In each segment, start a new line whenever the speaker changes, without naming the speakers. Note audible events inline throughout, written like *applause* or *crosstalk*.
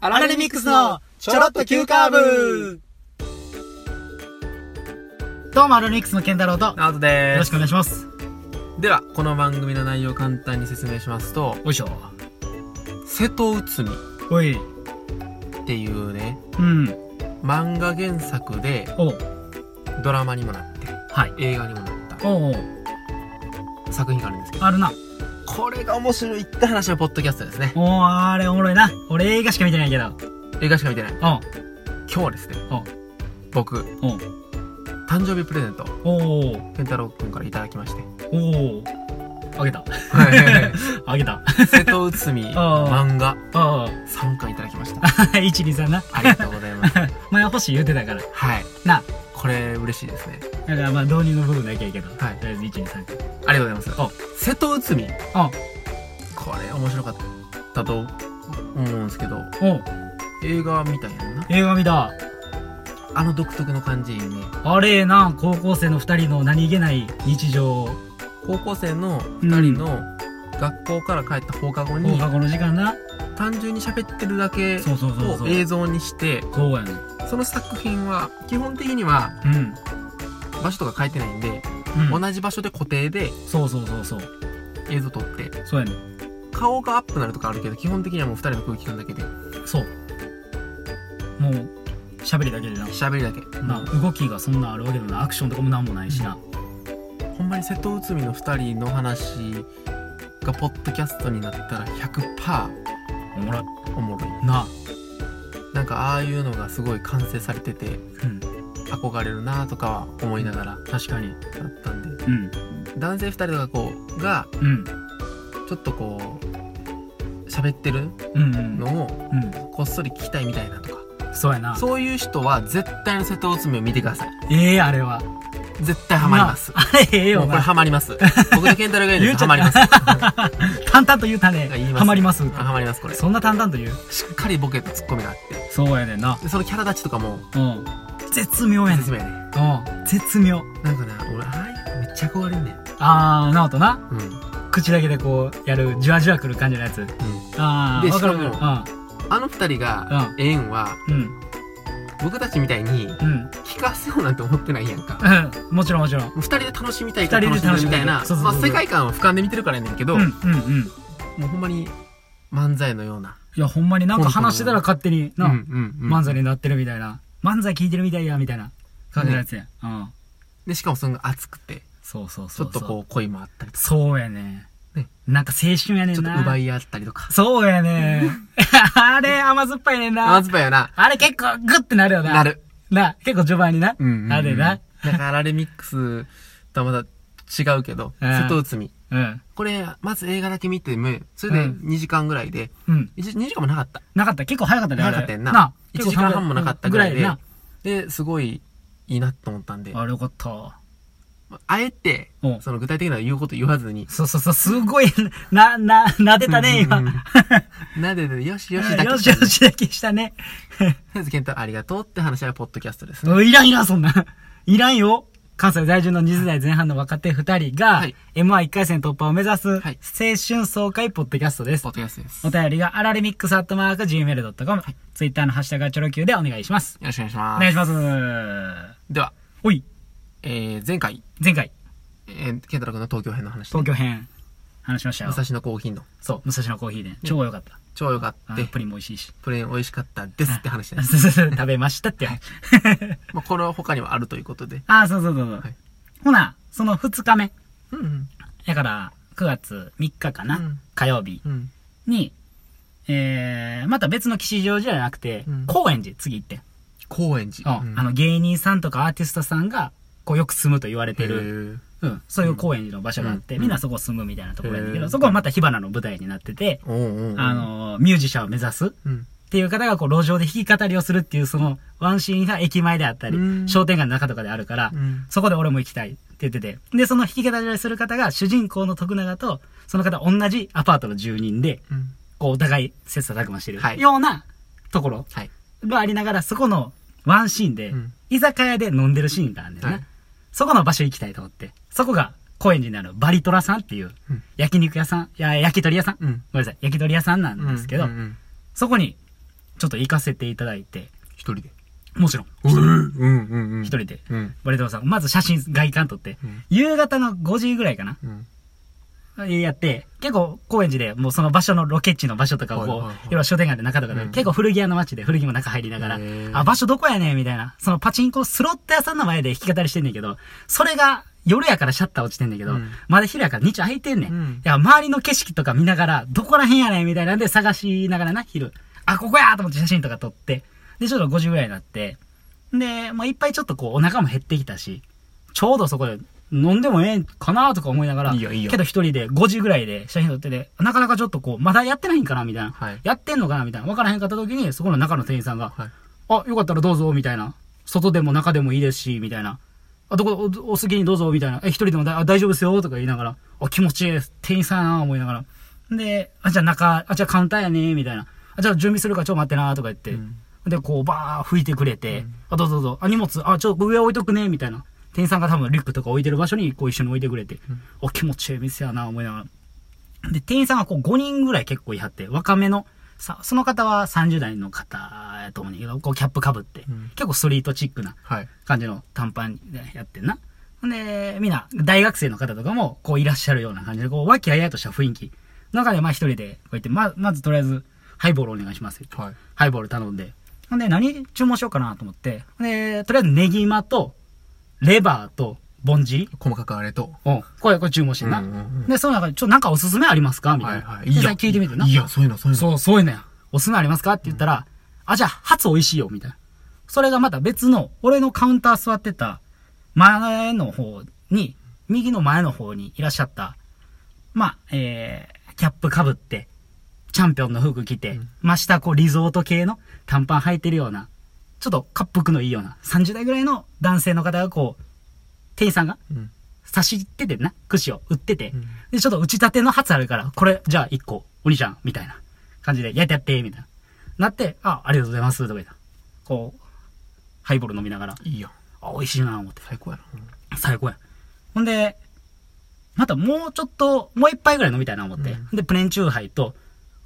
アラレミックスのちょろっと急カーブ
どうもアルミックスの健太郎とよ
アウトで
ろ
ー
し
す
くお願いします
ではこの番組の内容を簡単に説明しますと
おいしょ
瀬戸内海っ
おい
ていうね
うん
漫画原作で
おう
ドラマにもなって
はい
映画にもなっ
おうおう
た作品があるんですけど
あるな
これが面白いって話はポッドキャストですね
おおあれおもろいな俺映画しか見てないけど
映画しか見てない
おう
今日はですね
おう
僕
おう
誕生日プレゼント
おう
健太郎くんからいただきまして
おうあげた *laughs* あげた
*laughs* 瀬戸
*laughs*
内海漫画
おう
3巻いただきました
*laughs* 123な
ありがとうございます
前欲しい言うてたから
はい
*laughs* な
これ嬉しいですね
だからまあ導入の部分だけやけど
はい
とりあえず123
ありがとうございます瀬戸内海
おう
これ面白かったと思うんですけど
おう
映画みたいやんな
映画見た
あの独特の感じに
あれえな高校生の二人の何気ない日常を
高校生の2人の学校から帰った放課後
放
に
課後の時間な
単純に喋ってるだけ
そうそうそうそ
を
う
映像にして
そうやね
その作品は基本的には
うん
場所とか書いてないんで、
うん
同じ場所で固定で
そうそうそうそう
映像撮って
そうやね
顔がアップになるとかあるけど基本的にはもう2人の空気感だけで
そうもう喋りだけでな
喋りだけ、
な動きがそんなあるわけでもないアクションとかもなんもないしな
ほんまに瀬戸内海の2人の話がポッドキャストになったら100%
おもろい
おもろい
な
なんかああいうのがすごい完成されてて
うん
憧れるなとかは思いながら
確かに
だったんで
うん
男性2人とかこうが
うん
ちょっとこう喋ってる
うんうん
のを
うん
こっそり聞きたいみたいなとか
そうやな
そういう人は絶対の瀬戸内海を見てください
ええあれは
絶対ハマります
な *laughs* あれええよ
もうこれ
な
ハマり
*laughs*
ます僕と健太郎が言う
言う
と
ちゃった
ハマ
*laughs*
りますハ
淡々と言うたね
言います
ハマります
マりますこれし
そんな淡々と言う
っかりボケとツッコミがあって
そうやねんな
でそのキャラ立ちとかも
うん絶妙やねん
説明やね
うん絶妙
なんかな俺ああいうのめっちゃ憧れんねん
あーなおとな
うん、うん、
口だけでこうやるじわじわくる感じのやつああ
で
分かる
し
分
か
かる
あの二人がええんは
うん
僕たちみたいに
うんうん
聞かせようなんて思ってないやんか
うんもちろんもちろん
二人で楽しみたいから
二
楽
人で楽
しんでる
し
み
みた
た
い
いな
そうそう
ま
そう
あ世界観を俯瞰で見てるからやねんけど、
うんう
も
んうん
うほんまに漫才のようない
やほんまになんか話してたら勝手にな、
うんうんうん
漫才になってるみたいな漫才聞いてるみたいやみたいな感じのやつや、うん
でしかもそれが熱くて
そうそう
ち
そ
ょ
う
っとこう恋もあったりとか
そうやね
ね
なんか青春やね
ちょ
ん
っと
な
奪い合ったりとか
そうやね *laughs* あれ甘酸っぱいねんな
まずぱよな
あれ結構グッてなるよな
なる
な結構序盤にな、
うんうんうん
あれな
だからあられミックスとはまた違うけど
うん
瀬戸内海
うん
これまず映画だけ見てもそれで
うん
2時間ぐらいで
うん
1 2時間もなかった
なかった結構早かったねあ
な
れ
かったやん
な
な1
結構
時間半もなかったぐらい
ぐ
で
らい
ですごいいいなと思ったんで
でなあれよかった
まあえて
うん
その具体的な言うこと言わずに
そうそうそう、すごい、 *laughs* な、な、なでたね、今
うんうん。なででよし *laughs* よしだけ
よしよしだけしたね。 *laughs*
とりあえず健太ありがとうって話はポッドキャストですね
うんいらんいらん、そんな。いらんよ。関西在住の20代前半の若手2人が
はい
M11 回戦突破を目指す青
はい
春爽快ポッドキャストです
ポッ。ドキャストです
お
よ
便りがアラレミックスアットマーク Gmail.com、ツイッターのハッシュタグはチョロ Q でお願いします。
ろしくお願いし
お
ま
願い
す
します。
では
おい、
えー前回
前回、
えー健太郎君の東京編の話で
東京編、話しましたよ
武。蔵野高頻度
そう、武蔵野コーヒーで。超良かった。
超良かった
あのプリンも美味しいし。
プレーン美味しかったですって話で
*laughs*
す。
食べましたって。
まあ、これは他にもあるということで。
*laughs* ああ、そうそうそうそう、
はい
ほな、その2日目。
うん
だから、9月3日かな、
うん
火曜日
うん。うん。
に、えー、また別の吉祥寺じゃなくて、
うん
高円寺、次行って。
高円寺。
うんあの、芸人さんとかアーティストさんが、こう、よく住むと言われてる、
る。
うん、そういう高円寺の場所があって、
うん
みんなそこ住むみたいなところやねんけ
へ
ど、
ー
そこはまた火花の舞台になってて、
おうおうおう
あ、のー、ミュージシャンを目指すっ
うん。
ていう方が、こう、路上で弾き語りをするっていう、その、ワンシーンが駅前であったり、
うん
商店街の中とかであるから、
うん。
そこで俺も行きたいって言ってて。で、その弾き語りをする方が主人公の徳永と、その方同じアパートの住人で、
うん。
こうお互い切磋琢磨してる
はい
ようなところ
はい。
がありながら、そこのワンシーンで
うん、
居酒屋で飲んでるシーンがあるんだよね、
はい
そこの場所行きたいと思って。そこが高円寺にあるバリトラさんっていう
うん
焼肉屋さん、いや、焼き鳥屋さん、
うん
ごめんなさい、焼き鳥屋さんなん
うん。
ですけど、
うんうん
そこにちょっと行かせていただいて、
一人で。
もちろん、
うんうんうん。
一人で。
うん。
バレドバさん、まず写真、外観撮って、
うん
夕方の5時ぐらいかな、
うん。
やって、結構高円寺でもうその場所のロケ地の場所とかをこう、
はいはいはい
要は商店街の中とかで、
うん
結構古着屋の街で古着も中入りながら
へ、ー
あ、場所どこやねんみたいな。そのパチンコスロット屋さんの前で弾き語りしてんねんけど、それが夜やからシャッター落ちてんねんけど、
うん
まだ昼やから日中空いてんねん。
うん
いや、周りの景色とか見ながら、どこら辺やねんみたいなんで探しながらな、昼。あ、ここやと思って写真とか撮って。で、ちょうど5時ぐらいになって。で、まあいっぱいちょっとこうお腹も減ってきたし、ちょうどそこで飲んでもええんかなとか思いながら、
いいよいいよ
けど一人で5時ぐらいで写真撮ってて、なかなかちょっとこう、まだやってないんかなみたいな。
はい
やってんのかなみたいな。わからへんかった時に、そこの中の店員さんが、
はい。
あ、よかったらどうぞ、みたいな。外でも中でもいいですし、みたいな。あ、どこ、おお好きにどうぞ、みたいな。え、一人でもだあ大丈夫ですよ、とか言いながら。あ、気持ちいいです。店員さんやな、思いながら。で、あ、じゃあ中、あ、じゃあカウンターやね、みたいな。あ、じゃあ準備するからちょっと待ってな、とか言って。
うん
で、こう、ばー拭いてくれて。あ、どうぞどうぞ。あ、荷物、あ、ちょっと上置いとくね、みたいな。店員さんが多分リュックとか置いてる場所に、こう一緒に置いてくれて。お、気持ちいい店やな、思いながら。で、店員さんがこう5人ぐらい結構いはって、若めの、さ、その方は30代の方やと思うんだけど、こうキャップかぶって、
うん
結構ストリートチックな
はい。
感じの短パンでやってんな。ほんで、みんな、大学生の方とかも、こういらっしゃるような感じで、こう、和気あいあいとした雰囲気。中で、まあ一人で、こうやって、ま、まずとりあえず、ハイボールお願いしますよ。
はい。
ハイボール頼んで。ほんで、何注文しようかなと思って。ほんで、とりあえずネギマと、レバーと、ボンジ
細かくあれと。
うん。これ、これ注文してんな。
うんうんうん
で、その中で、ちょ、なんかおすすめありますかみた
はいい
な。
はい。
でさ聞いてみてな。
いや、そういうの、そういうの。
そう、そういうのや。おすすめありますかって言ったら、あ、じゃあ、初美味しいよ、みたいな。それがまた別の、俺のカウンター座ってた、前の方に、右の前の方にいらっしゃった、まあ、えー、キャップかぶって、チャンピオンの服着て、真下こうリゾート系の短パン履いてるような、ちょっと滑覆のいいような、30代ぐらいの男性の方がこう、店員さんが
うん。
差し入っててんな、串を売ってて、
ん
で、ちょっと打ち立ての初あるから、これ、じゃあ1個、お兄ちゃん、みたいな感じで、やってやって、みたいな。なって、あ、ありがとうございます、とか言った。こう、ハイボール飲みながら、
いいや。
あ、美味しいな、思って。
最高やな。
最高や。ほんで、またもうちょっと、もう一杯ぐらい飲みたいな思って。で、プレーンチューハイと、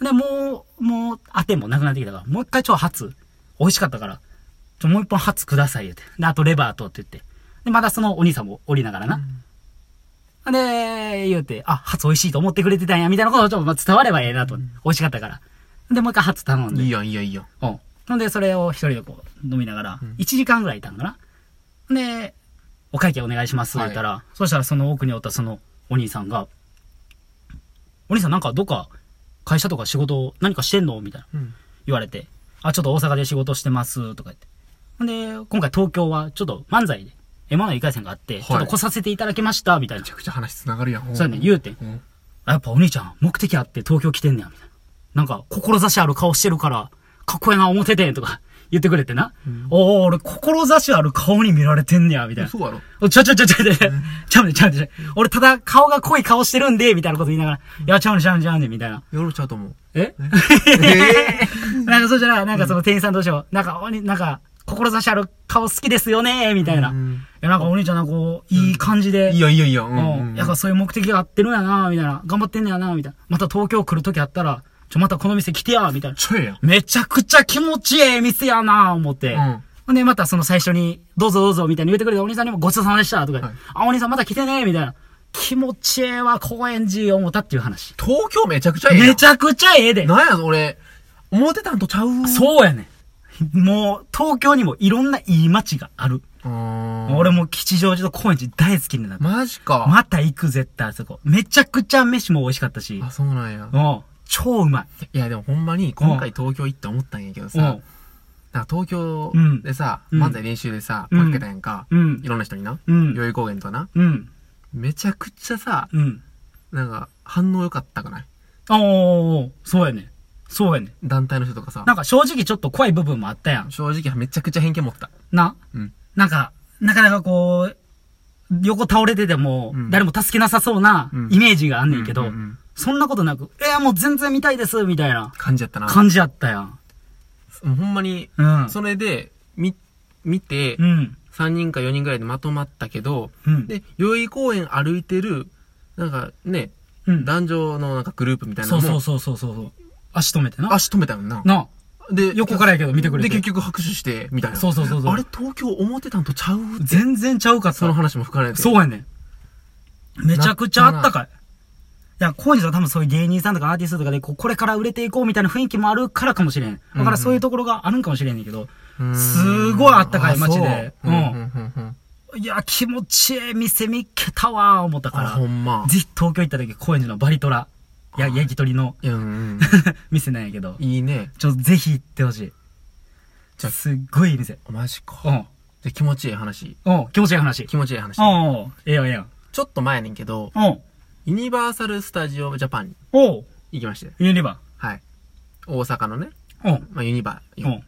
で、もう、もう、当てもなくなってきたから、もう一回超初、美味しかったから、ちょ、もう一本初ください、言うて。で、あとレバーと、って言って。で、またそのお兄さんも降りながらな。で、言うて、あ、初美味しいと思ってくれてたんや、みたいなことをちょっとまあ伝わればええなと、美味しかったから。で、もう一回初頼んで。
いいや、いいや、いいや。
うん。ほんで、それを一人でこう、飲みながら、1時間ぐらいいたんかな。で、お会計お願いします、言ったら、そしたらその奥におったそのお兄さんが、お兄さんなんかどっか、会社とか仕事何かしてんのみたいな。
うん。
言われて、あ、ちょっと大阪で仕事してます、とか言って。ほんで、今回東京はちょっと漫才で、M1 の1回戦があって、
い
ちょっと来させていただきました、みたいな
めち。ゃくちゃ話つながるやん。
そうやねん、言うてん。
うん。
あやっぱお兄ちゃん、目的あって東京来てんねや、みたいな。なんか、志ある顔してるから、かっこええな、思っててん、とか言ってくれてな。おー、俺、志ある顔に見られてんねや、みたいな。
そうやろ。
おちゃうちゃうちゃうちゃうちゃうちゃうねんちゃうねんちゃうねん俺、ただ、顔が濃い顔してるんで、みたいなこと言いながら、いや、ちゃうねんちゃうねんちゃうねんみたいな。
やろちゃうと思う。
え
え
なんかそうじゃない、なんかその店員さんどうしよう。なんか、おになんか、志ある顔好きですよね、みたいな。い
うん
や、なんかお兄ちゃんなんかこう、いい感じで。
いいや、いいや、いいや。う
うん。やっぱそういう目的が合ってるんやなみたいな。頑張ってんねやなみたいな。また東京来るときあったら、ちょ、またこの店来てやみたいな。
ちょえやん。
めちゃくちゃ気持ちええ店やな思って。
うん
ほんで、またその最初に、どうぞどうぞみたいに言ってくれたお兄さんにもごちそうさまでしたとか、
はい
あ、お兄さんまた来てねみたいな。気持ちええわ、高円寺思ったっていう話。
東京めちゃくちゃええやん。
めちゃくちゃええで。
なんや、俺。思ってたんとちゃう。
そうやねん。もう、東京にもいろんないい街がある。
うーん。
俺も吉祥寺と高円寺大好きになった。
マジか。
また行く絶対あそこ。めちゃくちゃ飯も美味しかったし。
あ、そうなんや。
うん。超うまい。
いや、でもほんまに、今回東京行って思ったんやけど
う
さ
ん、
なんか東京
うん
でさ、
うん
漫才練習でさ、
うん
負けたやんか
う、ん
いろんな人にな、
うん
代々木公園とな、
うん。
めちゃくちゃさ、
うん。
なんか、反応良かったくない
おー、そうやね。そうやね。
団体の人とかさ
な、んか正直ちょっと怖い部分もあったやん。
正直めちゃくちゃ偏見持った。
な
うん。
なんか、なかなかこう、横倒れてても
う、ん
誰も助けなさそうな
うん
イメージがあんねんけど
うんうんうん、
そんなことなく、いや、もう全然見たいです、みたいな
感じやったな。
感じやったやん。
もうほんまに、
うん。
それで、み、見て
う、ん。
3人か4人ぐらいでまとまったけど、
うん。
で、代々木公園歩いてる、なんかね、
うん。
男女のなんかグループみたいな
そ
の
うそう
も、
そうそうそうそう。足止めてな。
足止めたよな。
な
で
横からやけど見てくれて
で結局拍手してみたいな
そうそうそうそう
あれ東京表たんとちゃう
全然ちゃうかった
その話も含まれて
そうやねん。めちゃくちゃあったかい。いや、コージさん多分そういう芸人さんとかアーティストとかで、こうこれから売れていこうみたいな雰囲気もあるからかもしれん。だからそういうところがあるんかもしれんねんけど、
うん
すごいあったかい街で
あ
う
そううんんうんうんうん
いや、気持ちええ店見っけたわー思ったか
あ
ら、
ほんま
ぜひ東京行った時、高円寺のバリトラ、や、焼き鳥の *laughs*
いやうん
店なんやけど
うん、いいね
ちょっとぜひ行ってほしい。
じゃあ
すっごいいい店。
マジ
う
か
ん。
で気持ちいい話
うん。気持ちいい話。
気持ちいい話
うんうんうん。ええやんええやん。
ちょっと前やねんけど
うん。
ユニバーサル・スタジオ・ジャパンに
おう。
行きまして
ユニバ
はい大阪のね、
ー。うん。
まあ、ユニバ
う
行
ん。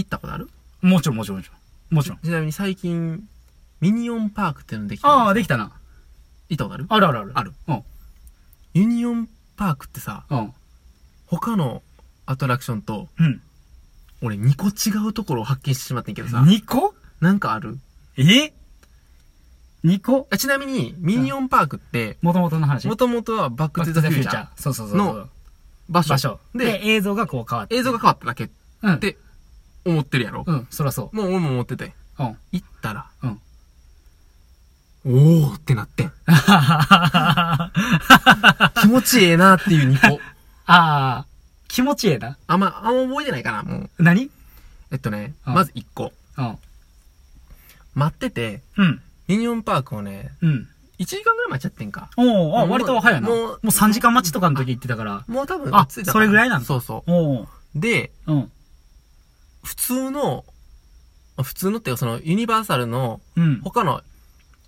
ったことある
もちろんもちろんもちろん。もちろん。
ちなみに最近ミニオンパークっていうのできた
ああ、できたな。
行ったことある
あるあるある。
ある。
うん。
ユニオンパークってさ
うん。
他のアトラクションと
うん。
俺2個違うところを発見してしまってんけどさ
2個
なんかある
え ?2 個
あちなみにミニオンパークって
もともとの話。
もともとはバック・トゥ・ザ・フューチャー
ー。そうそうそうそう。
場所
場所。で
で、
映像がこう変わって。
映像が変わっただけっ
うん。
て思ってるやろ、
うん、そらそ
もう俺も思ってて
う。うん。
行ったら
*laughs* うん。
おーってなってん気持ちええなっていう2個
あー、気持ちええな。
あんまあんま覚えてないかなもう
何
えっとね、
うん
まず1個
うん。
待ってて
うん。
ミニオンパークをね
うん。
1時間ぐらい待っちゃってんか
おおあ、
もう
割と早いな。も
も
う
う
3時間待ちとかの時行ってたから。
もう多分
あ
落ち着いた
そ
か
れぐらいなの
そうそう
おお
で
うん。
普通の普通のっていうかそのユニバーサルの
うん。
他の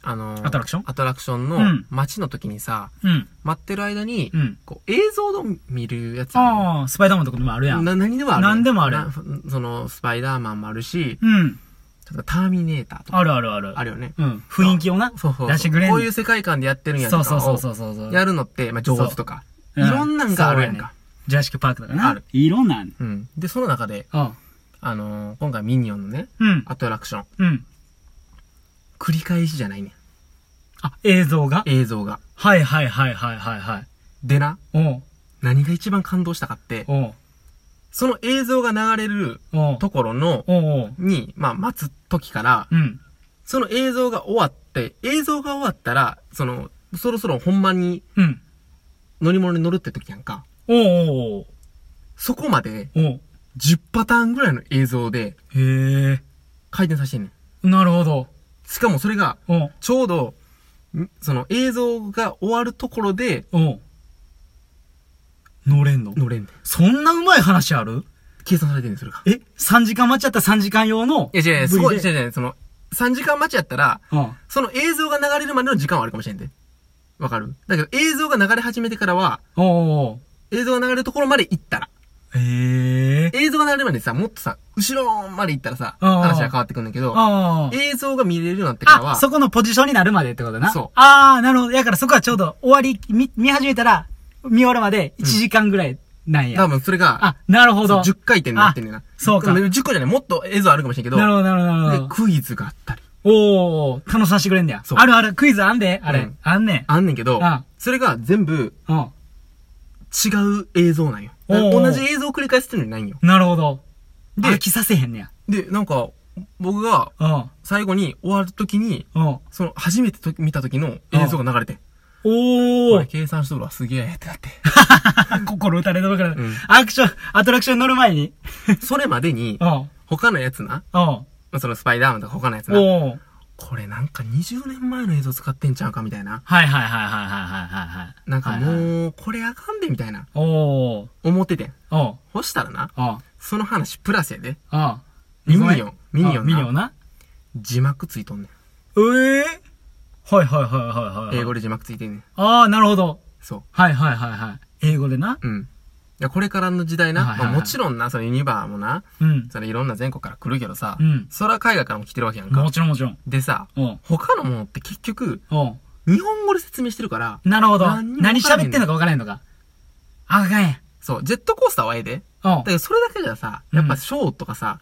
あのー
アトラクション
アトラクションの
うん
待ちの時にさ、
うん。
待ってる間に、
うん。
こう映像の見るやつな
ああ、スパイダーマンとかにもあるやん。
何でもある
何でもある
なそのスパイダーマンもあるし
うん。
ターミネーターとか
あるあるある。
あるよね
うん。雰囲気をな。
そうそう
出してくれん
こういう世界観でやってるんやん
そ
か
うそうそう
を
そうそうそう。
やるのって、まあ、上手とかい
うん
ろんなんがあるやんか
ジュラシックパークだからな。
ある
いろんなん。
うんでその中で
あ
あのー今回ミニオンのね
うん。
アトラクション
うん。
繰り返しじゃないねん
あ、映像が
映像が
はいはいはいはいはいはい。
でな
おう、
何が一番感動したかって
おう、
その映像が流れる
おう、
ところの
おうおう、
に、まあ、待つ時から
うん。
その映像が終わって映像が終わったらそのそろそろほんまに
うん。
乗り物に乗るって時やんか
おうおう
そこまで
おう、おう。
10パターンぐらいの映像で
へえ。
回転させてんねん
なるほど。
しかもそれが
おう、
ちょうどんその映像が終わるところで
おう。乗れんの
乗れんねん
そんなうまい話ある
計算されてんねんそれが
え ?3 時間待っちゃった3時間用の。
いや違う違う
V
すごい
で
違う違うその3時間待ちやったら
うん。
その映像が流れるまでの時間はあるかもしれんで。わかるだけど映像が流れ始めてからは、
おうおう
映像が流れるところまで行ったら、
おう。へえ。
映像が流れるまでさ、もっとさ、後ろまで行ったらさ、
あー
話は変わってくるんだけど、
ああ。
映像が見れるようになってから
あ、
は、
そこのポジションになるまでってことな。
そう
ああ、なるほど。だからそこはちょうど終わり、見、見始めたら、見終わるまで1時間ぐらいなんや。
多分それが、
あ、なるほ
そう
ど。
10回転になってんねんな。
そうか
でも10個じゃない、もっと映像あるかもしれんけど、
なるほど、なるほど、なる
で
ほ、ど。
クイズがあったり。
おー、楽しませてくれんだよ。
そう
あるある、クイズあんで、あれ。
うん
あんねん。
あんねんけど
あ、
それが全部
うん。
違う映像なんよ。
おー
同じ映像を繰り返してるのにないんよ。
なるほど。
で
飽きさせへんねや。
で、なんか、僕が
うん。
最後に終わるときに、
うん。
その、初めてと見た時の映像が流れてん。
お
俺 *laughs*
ー。
計算しとるわ、すげえってなって。
*laughs* 心打たれたばから、
ん
アクション、アトラクションに乗る前に。
それまでに
う、ん。
他のやつな、
うん。お
まあそのスパイダーマンとか他のやつな、
ー。
これなんか20年前の映像使ってんちゃうかみたいな。
はいはいはいはいはいはいはいはい。
なんか
はいはい
もう、これあかんでみたいな、
おー。
思っててん。
おー。
ほしたらな、
おー。
その話プラスやで、
ああ。
ミニオンミニオンな
あミニオンな。
字幕ついとんね
ええはいはいはいはいは
ん。
い。
英語で字幕ついてんねん。
ああ、なるほど。
そ
はいはいはいはい。英語でな。
う。うん。いや、これからの時代な、
はいはいはい
まあもちろんな、そのユニバーもな、
うん。
それいろんな全国から来るけどさ、
うん
それは海外からも来てるわけやんか
も。ちろんもちろん。
でさ、
おう
他のものって結局、
おう
日本語で説明してるから、
なるほど。
何にも
何
わからへん
喋ってんのか分からへんのか。あかんやん。
そう、ジェットコースターはええで。
おう
だけどそれだけじゃさ、やっぱショーとかさ、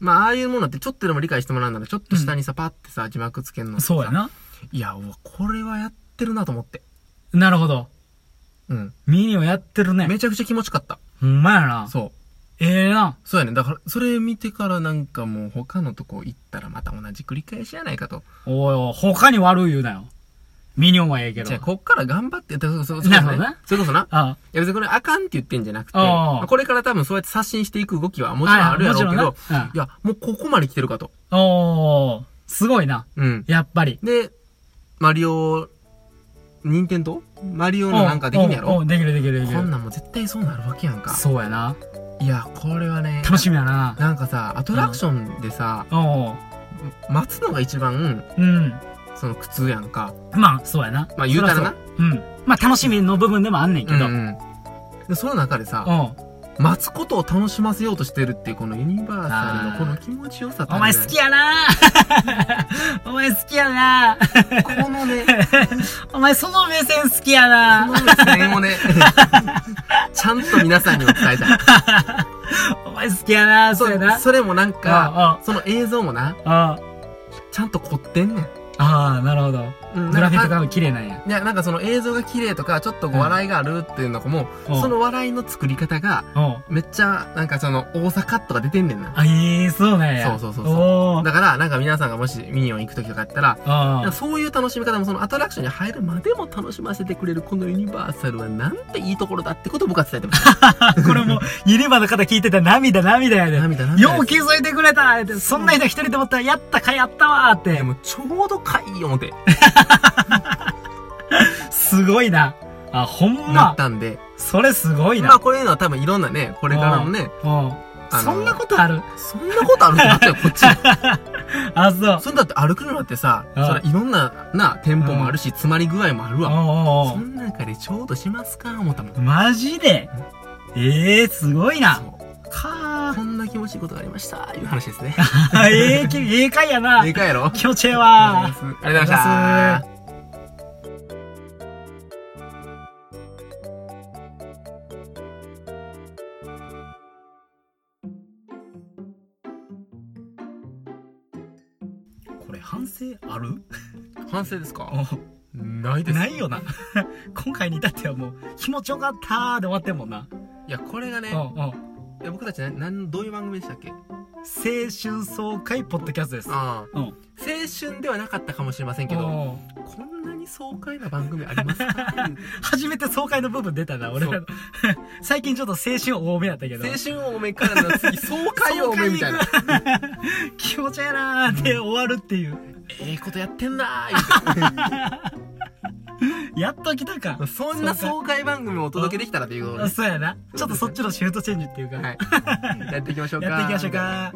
まあああいうものってちょっとでも理解してもらうならちょっと下にさ、パってさ、字幕つけんの。
そうや。な。
いや、うわ、これはやってるなと思って。
なるほど。
うん。
ミニオンやってるね。
めちゃくちゃ気持ちよかった。
ほんまやな。
そ
ええな。
そうやね。だから、それ見てからなんかもう他のとこ行ったらまた同じ繰り返しやないかと。
おいおい、他に悪い言うなよ。ミニオンはええけど。
じゃあ、こっから頑張って、だからそうそう
なるほどな
それこそな。
あ
いや別にこれあかんって言ってんじゃなくて、
ああ
まあこれから多分そうやって刷新していく動きはもちろんあるやろうけ
は
ど、
いはいもちろんなうん
いや、もうここまで来てるかと。
あ。おー、すごいな。
うん。
やっぱり。
で、マリオ、任天堂マリオのなんかできん
おう
や
おう
ろ
おうできるできるでき
こん
る。
なんも絶対そうなるわけやんか。
そうやな。
いや、これはね、
楽しみやな。
なんかさ、アトラクションでさ、
おう
待つのが一番、
うん。
その苦痛やんか。
まあ、そうやな。
まあ言うたらな
そそう。うん。まあ、楽しみの部分でもあんねんけど。
うんうんでその中でさ、
おう
待つことを楽しませようとしてるっていうこのユニバーサルのこの気持ちよさた
お
る
前好きやな *laughs* お前好きやな
このね、
お前その目線好きや
*laughs* こ
な
の目線をね、ちゃんと皆さんにも伝えたい。
お前好きやなそうやな。
*laughs* それもなんか、
あ
その映像もな、
あ、ああ、
ちゃんと凝ってんねん。
ああ、なるほど。
うん
グ
な
ラ
ん
フィック
か
が綺麗なんや。
いや、なんかその映像が綺麗とか、ちょっとこう笑いがあるっていうのも、
うん
その笑いの作り方が、
おう
めっちゃ、なんかその、大阪とか出てんねんな。
あ、ええそうなんや。
そうそうそうそう
おー
だから、なんか皆さんがもしミニオン行く時とかやったら、
ああ
そういう楽しみ方もそのアトラクションに入るまでも楽しませてくれるこのユニバーサルはなんていいところだってことを僕は伝えてます。
あこれもう、ユニバの方聞いてたら涙涙やで。
涙涙
よう気づいてくれたって、そんな人一人でもったら、やったかやったわーっ
いや
て。
もうちょうどかいい思て
すごいな。あ、ほん
な
ま
っ。たんで、
それすごい
まあ
な。
これいうのは多分いろんなね、これからのね、
うん。
あの
そんなことある
そんなことあるんだったよ、こっち。
あ、そう。
*laughs* そんだって歩くのだってさ、
うん
それいろんな、な、テンポもあるし、詰まり具合もある
おう
わ。
お
そ
うん
中でちょうどしますか、思ったもん。
おうマジでええすごいな。
そう
か
こんな気持ちいいことがありました、いう話ですね。
ー。ええき、ええかいやな
で。かいやろ
気持ちええわー。
ありがとうございました。
これ反省ある
反省ですかないです。
ないよな。 *laughs* 今回に至ってはもう、気持ちよかったーで終わってんもんな。
いや、これがね、
うんうん。青
いや僕たちななんどういう番組でしたっけ
春爽快ポッドキャストです。
ああ
うん。
青春ではなかったかもしれませんけ
う
ど、
ん
こんなに爽快な番組あります *laughs* か
初めて爽快の部分出たな、俺らの。 *laughs* 最近ちょっと青春多めやったけど。
青春多めからの次、爽快多めみたいな。
爽快行く。気持ちええなーって終わるっていう。
ええことやってん *laughs* なー言
やっと来たか
うて。そんな爽快番組をお届けできたらということ
あ
です。
そうやな。ちょっとそっちのシフトチェンジっていうか。
*laughs* はい。やっていきましょうか。
やっていきましょうか。